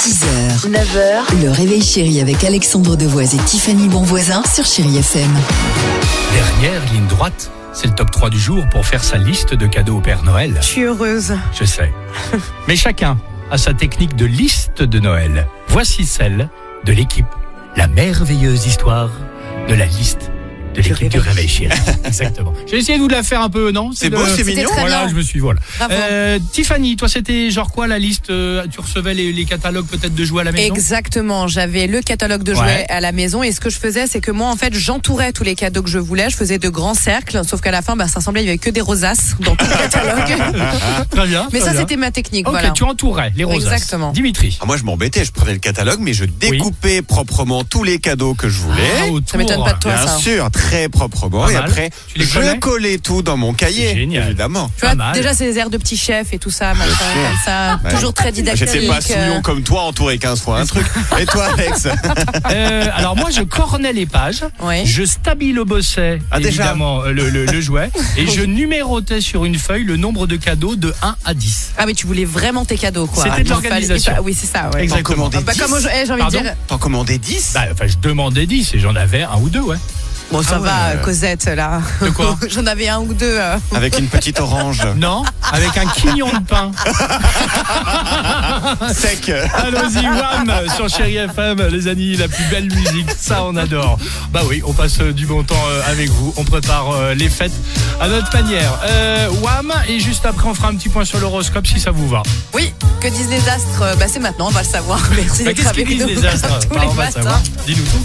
6h, 9h, le réveil chéri avec Alexandre Devoise et Tiffany Bonvoisin sur Chéri FM. Dernière ligne droite, c'est le top 3 du jour pour faire sa liste de cadeaux au Père Noël. Je suis heureuse. Je sais. Mais chacun a sa technique de liste de Noël. Voici celle de l'équipe. La merveilleuse histoire de la liste de l'équipe du Réveil Chéri. Exactement. J'ai essayé de vous la faire un peu, non Euh, C'est beau, de- c'est C'était mignon. très Voilà, bien. je me suis voilà. Bravo. Euh, Tiffany, toi c'était genre quoi la liste euh, Tu recevais les, les catalogues peut-être de jouets à la maison Exactement, j'avais le catalogue de jouets Ouais. à la maison et ce que je faisais c'est que moi en fait j'entourais tous les cadeaux que je voulais, je faisais de grands cercles, sauf qu'à la fin bah, ça semblait il y avait que des rosaces dans tout le catalogue. Très bien. Mais très ça bien. c'était ma technique, Ok, voilà. tu entourais les roses. Exactement. Dimitri. Ah, moi, je m'embêtais, je prenais le catalogue, mais je découpais proprement tous les cadeaux que je voulais. Ça m'étonne pas de toi Bien ça. sûr, très proprement. Ah, oh, Pas et mal. après, Tu les je connais collais tout dans mon cahier, C'est génial. évidemment. Tu vois, Pas mal. déjà ces airs de petit chef et tout ça, machin, sûr. comme ça, Ouais. toujours très Bah, didactique. J'étais pas euh, souillon comme toi, entouré 15 fois un truc. Et toi, Alex Euh, alors moi je cornais les pages, euh, Ouais. je stabilobossais Ah, déjà évidemment euh, le, le- le jouet et je numérotais sur une feuille le nombre de cadeaux de 1 à 10. Ah mais tu voulais vraiment tes cadeaux quoi. C'était de Il fallait- l'organisation. Ah, Oui c'est ça. Ouais. Exactement. T'en commandais Bah, 10 comme aujourd'hui, eh, j'ai envie de Pardon dire, T'en commandais 10 Bah, enfin je demandais 10 et j'en avais un ou deux ouais. bon ça Ah ouais. va Cosette là. De quoi J'en avais un ou deux. euh. Avec une petite orange Non, avec un quignon de pain. sec. Allons-y, Wham sur Chéri FM, les amis, la plus belle musique, ça on adore. Bah oui, on passe euh, du bon temps euh, avec vous, on prépare euh, les fêtes à notre manière. Euh, Wham, et juste après on fera un petit point sur l'horoscope si ça vous va. Oui, que disent les astres Euh, Bah c'est maintenant, on va le savoir. Merci Bah, d'être Qu'est-ce qu'ils avec disent nous les astres tous Bah, les On va matins. savoir. Dis-nous tout.